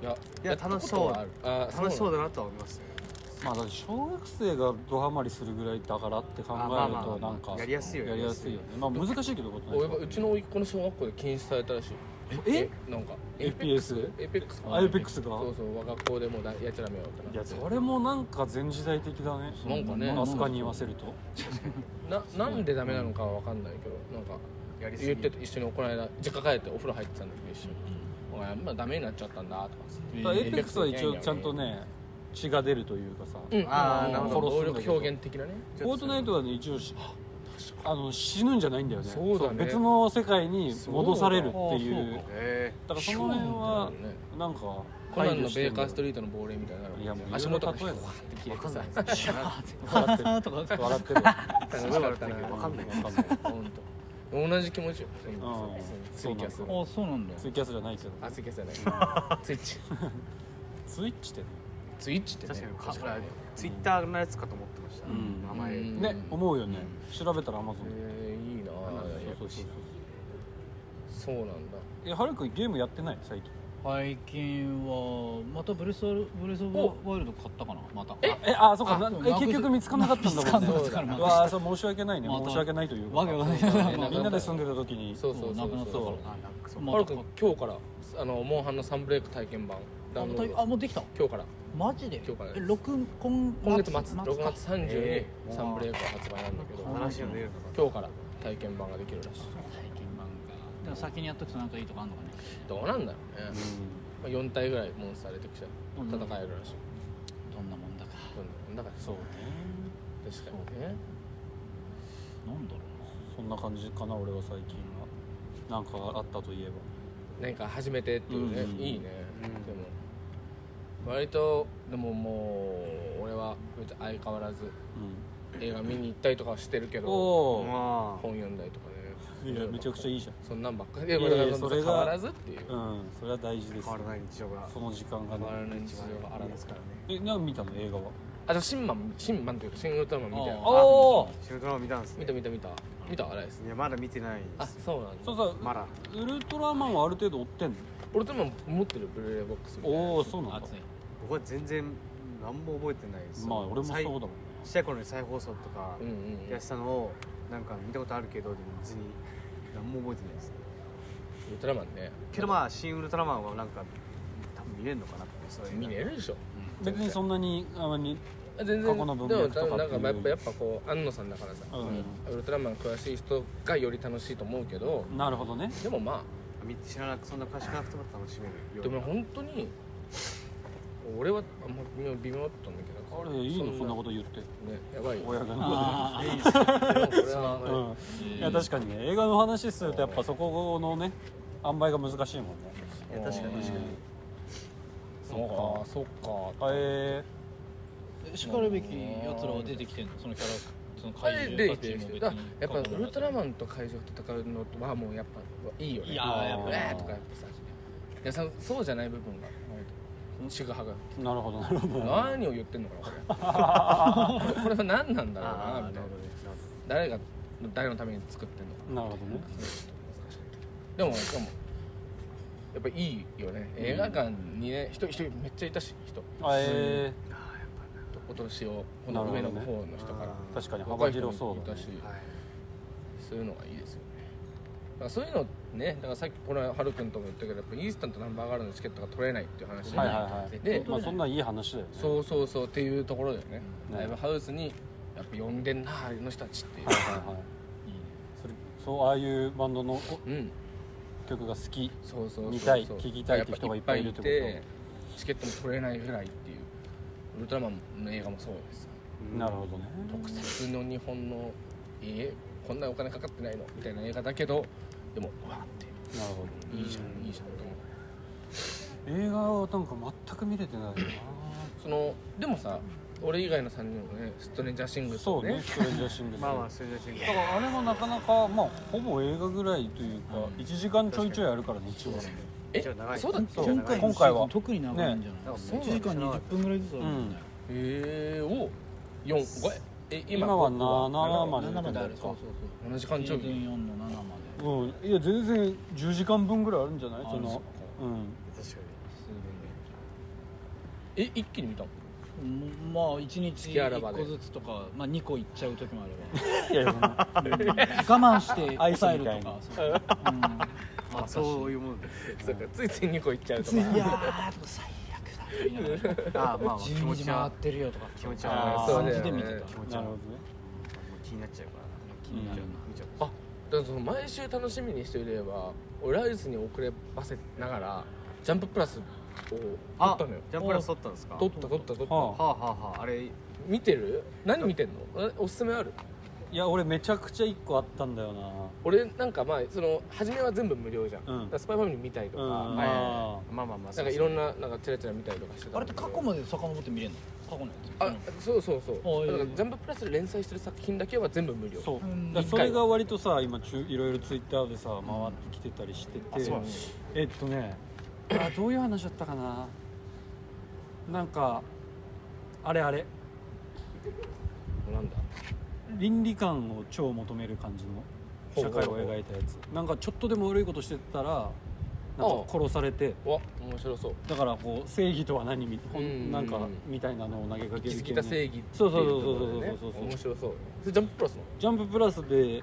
[SPEAKER 1] いや
[SPEAKER 4] いや
[SPEAKER 1] ったこと
[SPEAKER 4] 楽しそう
[SPEAKER 1] はあるあ
[SPEAKER 4] 楽しそう
[SPEAKER 1] だ
[SPEAKER 4] だなとは思いますね
[SPEAKER 3] まあだって小学生がドハマりするぐらいだからって考え
[SPEAKER 4] あまあ
[SPEAKER 3] る
[SPEAKER 4] まあま
[SPEAKER 3] と
[SPEAKER 4] あ
[SPEAKER 3] なんか
[SPEAKER 4] やりやすいよね
[SPEAKER 3] やりやすいよねまあ難しいけどこと
[SPEAKER 1] 俺は
[SPEAKER 3] な
[SPEAKER 1] う
[SPEAKER 3] い
[SPEAKER 1] ちの甥っ子の小学校で禁止されたらしい
[SPEAKER 3] え
[SPEAKER 1] なんか
[SPEAKER 3] FPS
[SPEAKER 1] APEX
[SPEAKER 3] あ APEX が
[SPEAKER 1] そうそう我が校でもうだやっちゃダメよってなって
[SPEAKER 3] いやそれもなんか前時代的だね
[SPEAKER 1] なんかね
[SPEAKER 3] アスカに言わせると
[SPEAKER 1] ななんでダメなのかは分かんないけどなんか
[SPEAKER 4] やりすぎ
[SPEAKER 1] 言ってて一緒にこの間実家帰ってお風呂入ってたんだけど一緒に「お前まあダメになっちゃったんだ」とかつって
[SPEAKER 2] え
[SPEAKER 3] だ
[SPEAKER 2] ー
[SPEAKER 3] から APEX は一応ちゃんとね血が出るというかさ
[SPEAKER 1] うん
[SPEAKER 4] あーなるほ
[SPEAKER 3] ど
[SPEAKER 1] 暴力表現的なね
[SPEAKER 3] フォートナイトはね一応しあの死ぬんじゃないんだよね
[SPEAKER 1] そうだね
[SPEAKER 3] 別の世界に戻されるっていう
[SPEAKER 2] そう
[SPEAKER 3] だ
[SPEAKER 2] だ
[SPEAKER 4] え
[SPEAKER 3] からその辺は
[SPEAKER 1] ね
[SPEAKER 3] なんか
[SPEAKER 1] コナンのベーカーストリートの亡霊みたいになるもん
[SPEAKER 3] いやもう
[SPEAKER 1] 足元が
[SPEAKER 3] いろいろ例え
[SPEAKER 1] わって消えて
[SPEAKER 4] わかん
[SPEAKER 1] さ
[SPEAKER 4] ない
[SPEAKER 3] 笑ってる
[SPEAKER 2] とか
[SPEAKER 3] 笑ってる
[SPEAKER 1] 楽
[SPEAKER 4] す
[SPEAKER 1] し
[SPEAKER 4] ごい
[SPEAKER 1] か
[SPEAKER 4] 笑
[SPEAKER 1] っ
[SPEAKER 4] って
[SPEAKER 1] た
[SPEAKER 4] る
[SPEAKER 1] な
[SPEAKER 4] けどわかんない
[SPEAKER 3] わかんない
[SPEAKER 1] 本当同じ気持ちよ
[SPEAKER 3] うん
[SPEAKER 1] ツイキャス
[SPEAKER 3] そうなん
[SPEAKER 2] あそうなんだ
[SPEAKER 3] ツイキャスじゃないけど
[SPEAKER 1] あツイキャスじゃないツイッチ
[SPEAKER 3] ツイッチってね
[SPEAKER 1] ツイッチってね
[SPEAKER 4] 確かにか
[SPEAKER 1] 確かに
[SPEAKER 4] ツイッターのやつかと思ってました、
[SPEAKER 3] うん
[SPEAKER 4] 名前、
[SPEAKER 1] うん
[SPEAKER 3] ね思うよね調べたらアマゾン
[SPEAKER 1] えーいいなあ
[SPEAKER 3] そうそうそ
[SPEAKER 1] そ
[SPEAKER 3] う
[SPEAKER 1] うなんだ
[SPEAKER 3] えはるくんゲームやってない最近
[SPEAKER 2] 最近はまたブレスオブブレスオブワイルド買ったかなまた
[SPEAKER 3] えあそっか
[SPEAKER 2] あ
[SPEAKER 3] な
[SPEAKER 2] でも
[SPEAKER 3] え結局見つからなかったんだもん
[SPEAKER 1] 見つ
[SPEAKER 3] ね
[SPEAKER 2] そうだ
[SPEAKER 1] 見つかんなか
[SPEAKER 3] うわあそう申し訳ないね
[SPEAKER 2] また
[SPEAKER 3] 申し訳ないという
[SPEAKER 2] わ
[SPEAKER 3] か
[SPEAKER 2] けわかんない
[SPEAKER 1] まあ
[SPEAKER 3] みんなで住んでた時に
[SPEAKER 1] そうそうそ
[SPEAKER 2] な
[SPEAKER 1] う
[SPEAKER 2] くなったか
[SPEAKER 1] そ
[SPEAKER 2] ら
[SPEAKER 1] う
[SPEAKER 4] あなんかそう
[SPEAKER 2] ま
[SPEAKER 1] ハル君今日からあのモンハンのサンブレイク体験版ダ
[SPEAKER 2] あ
[SPEAKER 1] ウン
[SPEAKER 2] も
[SPEAKER 1] ロ
[SPEAKER 2] うた
[SPEAKER 1] ー
[SPEAKER 2] あ
[SPEAKER 1] ド
[SPEAKER 2] もうできた
[SPEAKER 1] 今日から
[SPEAKER 2] マジで
[SPEAKER 1] 今日からです
[SPEAKER 2] え六今
[SPEAKER 1] 今月末
[SPEAKER 2] か
[SPEAKER 1] 6月30日
[SPEAKER 4] え
[SPEAKER 1] にサンブレイク発売なんだけど
[SPEAKER 4] 新しいの出るのか
[SPEAKER 1] 今日から体験版ができるらしい
[SPEAKER 2] 体験版かでも先にやっとくとなんかいいとかあんのかね
[SPEAKER 1] どうなんだろうね、まあ、4体ぐらいモンスター出てきちゃ
[SPEAKER 2] う
[SPEAKER 1] うん戦えるらしい、
[SPEAKER 2] どんなもんだか
[SPEAKER 1] うん、だから
[SPEAKER 3] そうね
[SPEAKER 1] 確かにね
[SPEAKER 2] なんだろ
[SPEAKER 3] そんな感じかな俺は最近はなんかあったといえば
[SPEAKER 1] 何か始めてっていうね、
[SPEAKER 3] うん
[SPEAKER 1] いいね、
[SPEAKER 4] うん
[SPEAKER 1] でも割とでももう俺は別に相変わらず
[SPEAKER 3] う
[SPEAKER 1] 映画見に行ったりとかはしてるけ
[SPEAKER 3] ん
[SPEAKER 1] ど
[SPEAKER 3] おお
[SPEAKER 4] ま
[SPEAKER 1] 本読んだりとかね
[SPEAKER 3] いやめちゃくちゃいいじ
[SPEAKER 1] そんなんばっかり
[SPEAKER 3] や
[SPEAKER 1] で
[SPEAKER 3] いや
[SPEAKER 1] だから
[SPEAKER 3] それが
[SPEAKER 1] 変わらずっていう
[SPEAKER 3] ゃんうんそれは大事
[SPEAKER 4] あ
[SPEAKER 3] です
[SPEAKER 4] 変わらない日常が
[SPEAKER 3] その時間が
[SPEAKER 4] 変わら
[SPEAKER 3] ね
[SPEAKER 4] ない日常があらですからね
[SPEAKER 3] えなんか見たの映画は
[SPEAKER 1] あとシンマンシンマンというかシン・ウルトラマン見たよ
[SPEAKER 2] あ
[SPEAKER 1] あ
[SPEAKER 3] おお
[SPEAKER 4] 仕事の見たんですね
[SPEAKER 1] 見た見た見た見たあれです
[SPEAKER 4] いやまだ見てないで
[SPEAKER 1] あ
[SPEAKER 4] す
[SPEAKER 1] そうなんだ
[SPEAKER 3] そうさ
[SPEAKER 4] まだ
[SPEAKER 3] ウルトラマンはある程度追ってんの
[SPEAKER 1] 俺でも持ってるブルーレイボックスみたいな
[SPEAKER 3] おお
[SPEAKER 2] う
[SPEAKER 3] そうなんだ
[SPEAKER 2] 熱い
[SPEAKER 4] 僕は全然何も覚えてないです
[SPEAKER 3] まあ俺もそうだ
[SPEAKER 4] 最
[SPEAKER 3] もんね
[SPEAKER 4] ちっちゃい頃に再放送とか
[SPEAKER 1] うんうん
[SPEAKER 4] やってたのをなんか見たことあるけどでも別に何も覚えてないです
[SPEAKER 1] ウルトラマンね
[SPEAKER 4] けどまあ「新ウルトラマン」はなんか多分見れるのかなってそういう
[SPEAKER 1] 見れるでしょ
[SPEAKER 3] 別にそんなにあまり
[SPEAKER 1] 全然
[SPEAKER 3] 過去の文脈とか
[SPEAKER 1] でもなん
[SPEAKER 3] っていう
[SPEAKER 1] かやっぱやっぱこう安野さんだからさ、
[SPEAKER 3] う
[SPEAKER 1] ウルトラマン詳しい人がより楽しいと思うけど
[SPEAKER 3] なるほどね
[SPEAKER 1] でもま
[SPEAKER 4] み知らなくそんな詳しくなくても楽しめる
[SPEAKER 1] あ
[SPEAKER 4] よ
[SPEAKER 1] で
[SPEAKER 4] うな
[SPEAKER 1] も本当に俺はあんま微妙微妙だったんだけど
[SPEAKER 3] あれいいのそんな
[SPEAKER 1] こ
[SPEAKER 3] こと言って
[SPEAKER 1] とねやばいよ
[SPEAKER 3] 親がな
[SPEAKER 2] あー
[SPEAKER 1] でもこれはあんまり
[SPEAKER 3] うんいや確かにね映画の話するとやっぱそこのね塩梅が難しいもんね
[SPEAKER 4] いや確かに確かに
[SPEAKER 1] そうかそっか
[SPEAKER 3] あえ
[SPEAKER 2] えしかるべきやつらは出てきてんのそのキャラその
[SPEAKER 1] あれでき
[SPEAKER 2] 怪獣た
[SPEAKER 1] て
[SPEAKER 2] ち
[SPEAKER 1] る
[SPEAKER 2] も別
[SPEAKER 1] 人
[SPEAKER 2] に
[SPEAKER 1] だやっぱウルトラマンと怪獣と戦うのはもうやっぱいいよね
[SPEAKER 2] いやーやっぱ
[SPEAKER 1] えーとかやっぱさいやさそうじゃない部分がちぐはぐ
[SPEAKER 3] ー、なるほどなるほど
[SPEAKER 1] 何を言ってんのかなこ れこれは何なんだろうな
[SPEAKER 4] ああ
[SPEAKER 1] みたいな
[SPEAKER 4] なるほどねなるほど
[SPEAKER 1] 誰が誰のために作ってんのか
[SPEAKER 3] なるほどね
[SPEAKER 1] でもでもやっぱいいよね映画館にね人人めっちゃいたし人
[SPEAKER 3] あえ
[SPEAKER 1] お年をこの上の方の人か
[SPEAKER 4] な
[SPEAKER 1] ら
[SPEAKER 4] るほどね
[SPEAKER 3] ー、確かに
[SPEAKER 1] 若
[SPEAKER 3] 幅
[SPEAKER 1] い人
[SPEAKER 3] 広そ
[SPEAKER 1] も
[SPEAKER 3] う
[SPEAKER 1] い
[SPEAKER 3] だ、
[SPEAKER 1] た
[SPEAKER 3] ね
[SPEAKER 1] し、
[SPEAKER 4] はい
[SPEAKER 1] そういうのがいいですよねからそういうのねだからさっきこのハルくんとも言ったけどやっぱインスタントナンバーガールのチケットが取れないっていう話、
[SPEAKER 3] はいはいはい
[SPEAKER 2] 絶
[SPEAKER 1] で
[SPEAKER 2] 対
[SPEAKER 1] え
[SPEAKER 2] 取
[SPEAKER 3] まあ
[SPEAKER 2] れない
[SPEAKER 3] そんなんいい話だよね
[SPEAKER 1] そうそうそうっていうところだよね、
[SPEAKER 3] うん
[SPEAKER 1] ライブハウスにやっぱ呼んでんなあの人たちっていう、
[SPEAKER 3] はいはいはい
[SPEAKER 2] いいね
[SPEAKER 3] それそうああいうバンドの
[SPEAKER 1] うん
[SPEAKER 3] お曲が好き
[SPEAKER 1] そうそうそうそう
[SPEAKER 3] 見たい聞きたいって人がいっぱいいるってこと
[SPEAKER 1] やぱいっぱいいてチケットも取れないぐらいっていうウルトラマンの映画もそうです
[SPEAKER 3] なるほどね
[SPEAKER 1] 特撮の日本のえこんなお金かかってないのみたいな映画だけどでもうわっ
[SPEAKER 3] なるほ
[SPEAKER 1] ていいじゃん
[SPEAKER 4] うん
[SPEAKER 1] いいじゃんと思う
[SPEAKER 3] ど映画はなんか全く見れてないよ
[SPEAKER 1] そのでもさ俺以外の3人もねストレンジャーシング
[SPEAKER 3] な
[SPEAKER 1] ルと
[SPEAKER 3] そう
[SPEAKER 1] かね
[SPEAKER 3] ねストレンジャーシングス
[SPEAKER 4] まあまあそれじゃ違う
[SPEAKER 3] だからあれもなかなかまあほぼ映画ぐらいというか
[SPEAKER 1] うん
[SPEAKER 3] 1時間ちょいちょいあるからね一応は
[SPEAKER 1] え
[SPEAKER 4] じゃあ長い
[SPEAKER 1] そうだっけ
[SPEAKER 3] そう
[SPEAKER 2] 今回の
[SPEAKER 3] 今回は
[SPEAKER 2] シーズン特に長いんじゃない、
[SPEAKER 4] ね
[SPEAKER 2] 1時間20分ぐらいずつあるもんね、
[SPEAKER 1] えー、を4 5え今
[SPEAKER 3] 今は
[SPEAKER 1] 5は
[SPEAKER 3] 7まで
[SPEAKER 2] 7まである
[SPEAKER 3] か
[SPEAKER 2] そうそう
[SPEAKER 1] 7同じ
[SPEAKER 2] そう
[SPEAKER 1] 感
[SPEAKER 2] シ
[SPEAKER 1] 情
[SPEAKER 2] ーズン
[SPEAKER 1] 日
[SPEAKER 2] 4の7まで
[SPEAKER 3] うんいや全然10時間分ぐらいあるんじゃない
[SPEAKER 2] あ
[SPEAKER 3] そ
[SPEAKER 2] そう
[SPEAKER 3] の
[SPEAKER 2] か
[SPEAKER 3] うん
[SPEAKER 4] 確か
[SPEAKER 1] え一気に見たの
[SPEAKER 2] うんまあ1日
[SPEAKER 1] 月あらば
[SPEAKER 2] 1
[SPEAKER 1] で
[SPEAKER 2] 個ずつとか、まあ、2個いっちゃう時もあれば
[SPEAKER 3] いやいや
[SPEAKER 2] 我慢して
[SPEAKER 3] アイス
[SPEAKER 2] 抑える
[SPEAKER 3] みたい
[SPEAKER 2] と
[SPEAKER 3] に
[SPEAKER 2] かそううん
[SPEAKER 4] にあそういうもので
[SPEAKER 1] そうかついつい2個いっちゃうと
[SPEAKER 2] つ
[SPEAKER 1] か
[SPEAKER 2] いいやーとか最悪だって言いながら
[SPEAKER 4] ああまあまあ気
[SPEAKER 2] 12
[SPEAKER 4] 持
[SPEAKER 2] 時
[SPEAKER 4] ち
[SPEAKER 2] 回っ
[SPEAKER 4] は
[SPEAKER 2] てるよとか
[SPEAKER 4] 気持ち
[SPEAKER 3] あ
[SPEAKER 4] は
[SPEAKER 3] ーそう
[SPEAKER 2] 感じで見てた、
[SPEAKER 1] だよね
[SPEAKER 4] 気持 ち
[SPEAKER 3] な
[SPEAKER 4] は
[SPEAKER 3] るほどね
[SPEAKER 4] 気になっちゃうから
[SPEAKER 2] 気になるな、
[SPEAKER 4] 見ちゃう
[SPEAKER 1] あだからその毎週楽しみにしていれば俺ライスに遅ればせながらジャンププラスを取
[SPEAKER 4] あ
[SPEAKER 1] ったのよ
[SPEAKER 4] ジャンプラス撮ったんですか
[SPEAKER 1] 取った取った取った、
[SPEAKER 3] はあ
[SPEAKER 4] はあはあはああれ
[SPEAKER 1] 見てる何見てんのえおすすめある
[SPEAKER 3] いや俺めちゃくちゃ1個あったんだよな
[SPEAKER 1] 俺なんかまあその初めは全部無料じゃん、
[SPEAKER 3] うん
[SPEAKER 1] だからスパイファミリー見たりとか、
[SPEAKER 3] うん
[SPEAKER 1] はいい
[SPEAKER 3] あ
[SPEAKER 4] まあまあまあ
[SPEAKER 1] なんかい
[SPEAKER 4] ん
[SPEAKER 1] ろんななんかチラチラ見たりとかしてたん
[SPEAKER 2] あれ
[SPEAKER 1] だ
[SPEAKER 2] っ
[SPEAKER 1] け
[SPEAKER 2] て
[SPEAKER 1] ど
[SPEAKER 2] 過去まで遡って見れるの過去のや
[SPEAKER 1] あ
[SPEAKER 2] つ
[SPEAKER 1] そうそうそう
[SPEAKER 2] あいやいや
[SPEAKER 1] だからジャンププラスで連載してる作品だけは全部無料
[SPEAKER 3] そう
[SPEAKER 2] うん
[SPEAKER 3] だからそれが割とさ今中いろいろツイッターでさ回ってきてたりして
[SPEAKER 1] あ
[SPEAKER 3] て
[SPEAKER 1] そうなんだ
[SPEAKER 3] えっとねあどういう話だったかななんかあれあれ
[SPEAKER 1] なんだ
[SPEAKER 3] 倫理観を超求める感じの
[SPEAKER 1] ほう
[SPEAKER 3] 社会を描いたやつなんかちょっとでも悪いことしてたらなんか殺されて
[SPEAKER 1] わ面白そう
[SPEAKER 3] だからこう正義とは何みほ
[SPEAKER 1] うん
[SPEAKER 3] んなんかみたいなのを投げかけ
[SPEAKER 1] 気
[SPEAKER 3] る
[SPEAKER 1] づ
[SPEAKER 3] 系
[SPEAKER 1] き
[SPEAKER 3] の
[SPEAKER 1] た正義ってい
[SPEAKER 3] そうそうそうそ
[SPEAKER 1] と
[SPEAKER 3] う
[SPEAKER 1] ころでね
[SPEAKER 3] そうそうそう
[SPEAKER 1] 面白そうそれジャンププラスの
[SPEAKER 3] ジャンププラスで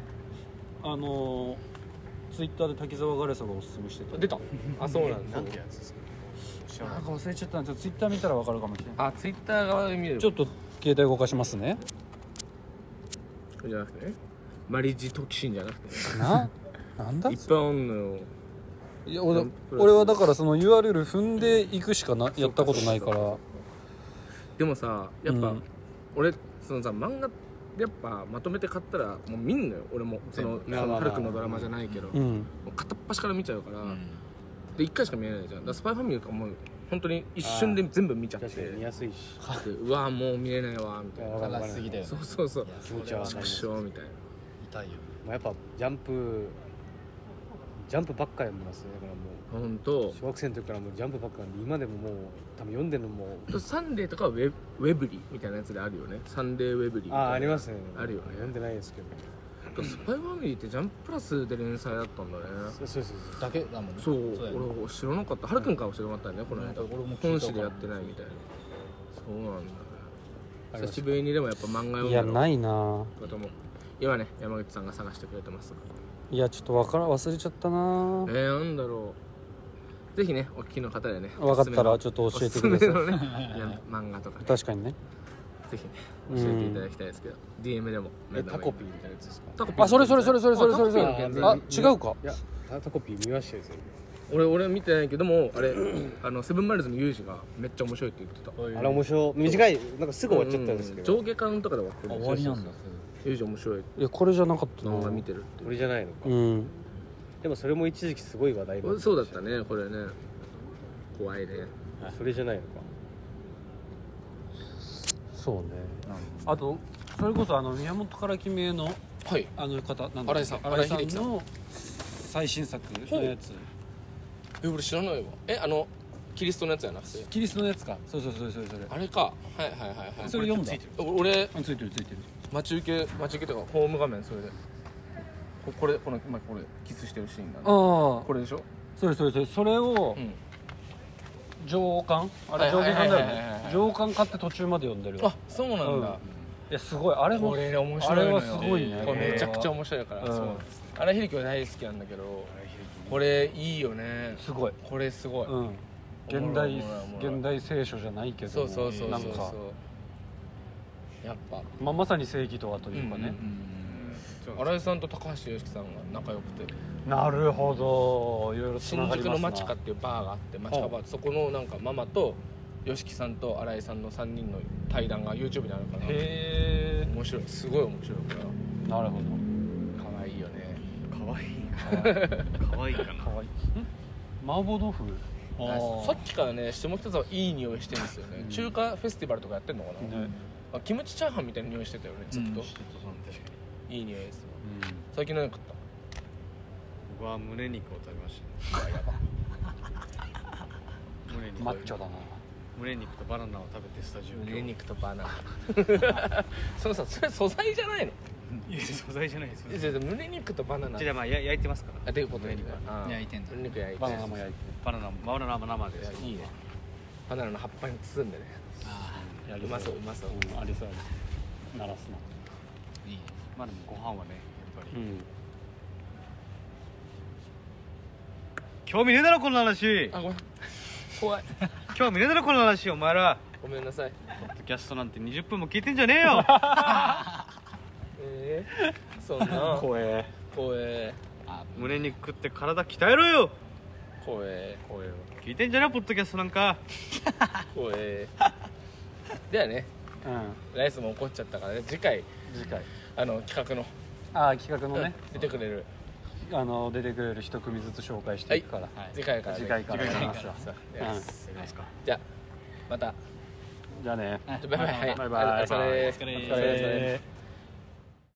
[SPEAKER 3] あのツイッターで滝沢ガレさんがおすすめしてた
[SPEAKER 1] 出たあそうなんだ
[SPEAKER 4] なんてやつですか知ら
[SPEAKER 3] な
[SPEAKER 4] ない
[SPEAKER 3] んか忘れちゃったんですよツイッター見たらわかるかもしれない
[SPEAKER 1] あツイッター側で見れる
[SPEAKER 3] ちょっと携帯動かしますね
[SPEAKER 1] じゃなくてねマリッジトキシンじゃ なくてね
[SPEAKER 3] ななんだ
[SPEAKER 1] いっぱいあんのよ
[SPEAKER 3] いや
[SPEAKER 1] ジ
[SPEAKER 3] 俺
[SPEAKER 1] ャンププラス
[SPEAKER 3] 俺はだからその URL 踏んでいくしかなやったことないから
[SPEAKER 1] でもさやっぱ、
[SPEAKER 3] うん
[SPEAKER 1] 俺そのさ漫画やっぱまとめて買ったらもう見んのよ俺もその
[SPEAKER 3] 全部
[SPEAKER 1] その
[SPEAKER 3] まあまあまあ
[SPEAKER 1] ハルくんのドラマじゃないけど、
[SPEAKER 3] う
[SPEAKER 1] も
[SPEAKER 3] ん
[SPEAKER 1] う片っ端から見ちゃうから、
[SPEAKER 2] うん
[SPEAKER 1] で1回しか見れないじゃんだからスパイファミリーとかもう本当に一瞬で全部見ちゃってで
[SPEAKER 4] やすいし
[SPEAKER 1] うわもう見れないわみたいな
[SPEAKER 2] 辛すぎだよね
[SPEAKER 1] そうそうそう
[SPEAKER 2] いや
[SPEAKER 4] 気持ちはわか
[SPEAKER 1] 縮
[SPEAKER 4] る
[SPEAKER 1] 小みたいな
[SPEAKER 2] 痛いよ
[SPEAKER 4] まあやっぱジャンプジャンプばっかり読んでますねだからも
[SPEAKER 1] 本当
[SPEAKER 4] う小学生の時からもうジャンプばっかなんで今でももう多分読んでるのも
[SPEAKER 1] サンデーとかはウェウェブリーみたいなやつであるよねサンデーウェブリーみたい
[SPEAKER 4] あ
[SPEAKER 1] な
[SPEAKER 4] あありますね
[SPEAKER 1] あるよね
[SPEAKER 4] 読んでないですけど
[SPEAKER 1] スパイファミリーってジャンププラスで連載だったんだね
[SPEAKER 4] そうそうそう
[SPEAKER 2] だけだもんね
[SPEAKER 1] そう
[SPEAKER 2] だよね
[SPEAKER 1] 俺知らなかったはるくんから教えてもらったよねこの
[SPEAKER 2] なんか
[SPEAKER 1] 間
[SPEAKER 2] 俺も聞いた
[SPEAKER 1] 本誌でやってないみたいなそうなんだ
[SPEAKER 4] あり
[SPEAKER 1] ね
[SPEAKER 4] ました
[SPEAKER 1] 久しぶりにでもやっぱ漫画
[SPEAKER 3] いや
[SPEAKER 1] 読んだ
[SPEAKER 3] ないな
[SPEAKER 1] のとも今ね山口さんが探してくれてます
[SPEAKER 3] いやちょっとわから忘れちゃったな
[SPEAKER 1] えー、なんだろうぜひねお聞きの方でね
[SPEAKER 3] 分かったら
[SPEAKER 1] お
[SPEAKER 3] ちょっと
[SPEAKER 1] す
[SPEAKER 3] 教えて
[SPEAKER 1] す
[SPEAKER 3] く
[SPEAKER 1] め
[SPEAKER 3] ださい
[SPEAKER 1] のおすすめのねいや漫画とかね
[SPEAKER 3] 確かにね
[SPEAKER 1] ぜひね
[SPEAKER 3] うん
[SPEAKER 1] 教えていただきたいですけど DM でも
[SPEAKER 4] えタコピーみたいなやつですか
[SPEAKER 1] タコピー
[SPEAKER 3] あそれそれそれそれそれそれそれ
[SPEAKER 1] あタコピーの件
[SPEAKER 3] あ違うか
[SPEAKER 4] いやタタコピー見ましたよ全
[SPEAKER 1] 俺俺見てないけどもあれあのセブンマイルズのユージがめっちゃ面白いって言ってた
[SPEAKER 4] 部あれ面白い短いなんかすぐ終わっちゃったんですけ
[SPEAKER 1] う
[SPEAKER 4] ど
[SPEAKER 1] 上下巻とかで終わって
[SPEAKER 2] あ
[SPEAKER 1] る
[SPEAKER 2] 終わりなんだ
[SPEAKER 1] ユージ面白い
[SPEAKER 3] いやこれじゃなかった
[SPEAKER 1] 漫画見
[SPEAKER 3] な
[SPEAKER 1] てるって
[SPEAKER 4] これじゃないの
[SPEAKER 3] う
[SPEAKER 4] か
[SPEAKER 3] ん
[SPEAKER 4] でもそれも一時期すごい話題になってました
[SPEAKER 1] そうだったねこれね怖いね
[SPEAKER 4] それじゃないのか
[SPEAKER 3] そうねあとそれこそあの宮本から君への
[SPEAKER 1] はい
[SPEAKER 3] あの方なんだ
[SPEAKER 1] 新井さん
[SPEAKER 3] 新井さ
[SPEAKER 1] 新井秀樹
[SPEAKER 3] ん
[SPEAKER 1] さん
[SPEAKER 3] の最新作のやつ
[SPEAKER 1] え俺知らないわえあのキリストのやつじゃなくて
[SPEAKER 3] キリストのやつかそうそうそうそれそれ
[SPEAKER 1] あれかはいはいはいはい
[SPEAKER 3] それ読んだ
[SPEAKER 1] お俺
[SPEAKER 3] あついてるついてる
[SPEAKER 1] 待ち受け待ち受けとかホーム画面それでここれこの、まあ、これキスしてるシーンだね
[SPEAKER 3] あ
[SPEAKER 1] こ
[SPEAKER 3] あ
[SPEAKER 1] れでしょ
[SPEAKER 3] それそれそれそれを
[SPEAKER 1] うん
[SPEAKER 3] 上巻あ
[SPEAKER 1] は
[SPEAKER 3] れ
[SPEAKER 1] い
[SPEAKER 3] 上
[SPEAKER 1] はい
[SPEAKER 3] 下
[SPEAKER 1] はいは
[SPEAKER 3] 巻
[SPEAKER 1] い
[SPEAKER 3] だ
[SPEAKER 1] はい
[SPEAKER 3] よね上巻買って途中まで読んでる
[SPEAKER 1] あそうなんだ、
[SPEAKER 3] うんいやすごいあれも
[SPEAKER 1] これ面白いのよ
[SPEAKER 3] あれはすごいね
[SPEAKER 1] これめちゃくちゃ面白いから、
[SPEAKER 3] うん
[SPEAKER 1] そうなんですね荒井秀樹は大好きなんだけどこれいいよね
[SPEAKER 3] すごい、
[SPEAKER 1] これすごい、
[SPEAKER 3] うん、現代
[SPEAKER 1] おもろいおもろい
[SPEAKER 3] 現代聖書じゃないけど
[SPEAKER 1] そう
[SPEAKER 3] も
[SPEAKER 1] そうそうそ
[SPEAKER 3] な
[SPEAKER 1] うんそう
[SPEAKER 3] か、
[SPEAKER 1] やっぱ
[SPEAKER 3] まあ、まさに正義とはというかね、
[SPEAKER 1] うん
[SPEAKER 4] そう
[SPEAKER 1] 荒井さんと高橋良樹さんが仲良くて
[SPEAKER 3] なるほどいろいろつな
[SPEAKER 1] 新
[SPEAKER 3] がり
[SPEAKER 1] 宿
[SPEAKER 3] ま
[SPEAKER 1] の
[SPEAKER 3] すな
[SPEAKER 1] 町カっていうバーがあって町カバーそこのなんかママと良樹さんと荒井さんの3人の対談が YouTube にあるから
[SPEAKER 3] へ
[SPEAKER 1] 面白いすごい面白いか
[SPEAKER 3] えなるほ
[SPEAKER 1] ら可愛いよね
[SPEAKER 4] かわいい
[SPEAKER 3] ど
[SPEAKER 4] かわいいかな
[SPEAKER 3] かわいい麻婆豆腐
[SPEAKER 1] さっきからね下北沢いい匂いしてるんですよね、
[SPEAKER 3] うん
[SPEAKER 1] 中華フェスティバルとかやってんのかな、
[SPEAKER 3] ね
[SPEAKER 1] あキムチチャーハンみたいな匂いしてたよねずっと、
[SPEAKER 2] うん
[SPEAKER 1] いい匂いですよ最近何食った
[SPEAKER 4] 僕は胸肉を食べましたね胸 肉
[SPEAKER 3] マッチョだな
[SPEAKER 4] 胸肉とバナナを食べてスタジオに
[SPEAKER 1] 胸肉とバナナ そのさそれ素材じゃないの
[SPEAKER 4] いや素材じゃないです
[SPEAKER 1] いやいや胸肉とバナナ
[SPEAKER 4] じゃあまあや焼いてますから
[SPEAKER 1] あということね
[SPEAKER 4] 胸肉は
[SPEAKER 1] あー
[SPEAKER 2] 焼いてんだ
[SPEAKER 1] 胸肉焼いて
[SPEAKER 3] バナナも焼い
[SPEAKER 4] バナナもバナナも生です
[SPEAKER 1] いやいいねバナナの葉っぱに包んでね
[SPEAKER 2] あ
[SPEAKER 3] てや
[SPEAKER 1] うまそううまそう、
[SPEAKER 3] うんありそうありそう鳴らすな
[SPEAKER 2] あいいね
[SPEAKER 4] まあでもご飯はねやっぱり、
[SPEAKER 3] ん
[SPEAKER 4] 興味ねえだろこの話
[SPEAKER 1] あごめん怖い
[SPEAKER 4] 興味ねえだろこの話お前ら
[SPEAKER 1] ごめんなさい
[SPEAKER 4] ポッドキャストなんて20分も聞いてんじゃねえ よ
[SPEAKER 1] えー、そん な
[SPEAKER 3] 怖え
[SPEAKER 1] 怖え
[SPEAKER 2] あ
[SPEAKER 4] 胸肉食って体鍛えろよ
[SPEAKER 1] 怖え
[SPEAKER 3] 怖え
[SPEAKER 4] 聞いてんじゃねえポッドキャストなんか
[SPEAKER 1] 怖え ではね
[SPEAKER 3] うん
[SPEAKER 1] ライスも怒っちゃったからね次回
[SPEAKER 3] 次回
[SPEAKER 1] あの企画の、
[SPEAKER 3] ああ企画のね
[SPEAKER 1] 出てくれる、
[SPEAKER 3] あの出てくれる一組ずつ紹介していくから
[SPEAKER 2] はい
[SPEAKER 1] 次回からね、
[SPEAKER 3] 次回から
[SPEAKER 1] 次
[SPEAKER 3] やり
[SPEAKER 1] 回
[SPEAKER 3] ますわ
[SPEAKER 1] ら
[SPEAKER 3] うん
[SPEAKER 1] です
[SPEAKER 4] いますか
[SPEAKER 1] じゃあまた
[SPEAKER 3] じゃあね
[SPEAKER 2] は
[SPEAKER 1] バイ
[SPEAKER 2] い
[SPEAKER 1] バイ、はい、
[SPEAKER 3] バイバイ
[SPEAKER 1] お疲れ
[SPEAKER 2] お疲れ
[SPEAKER 1] お疲れ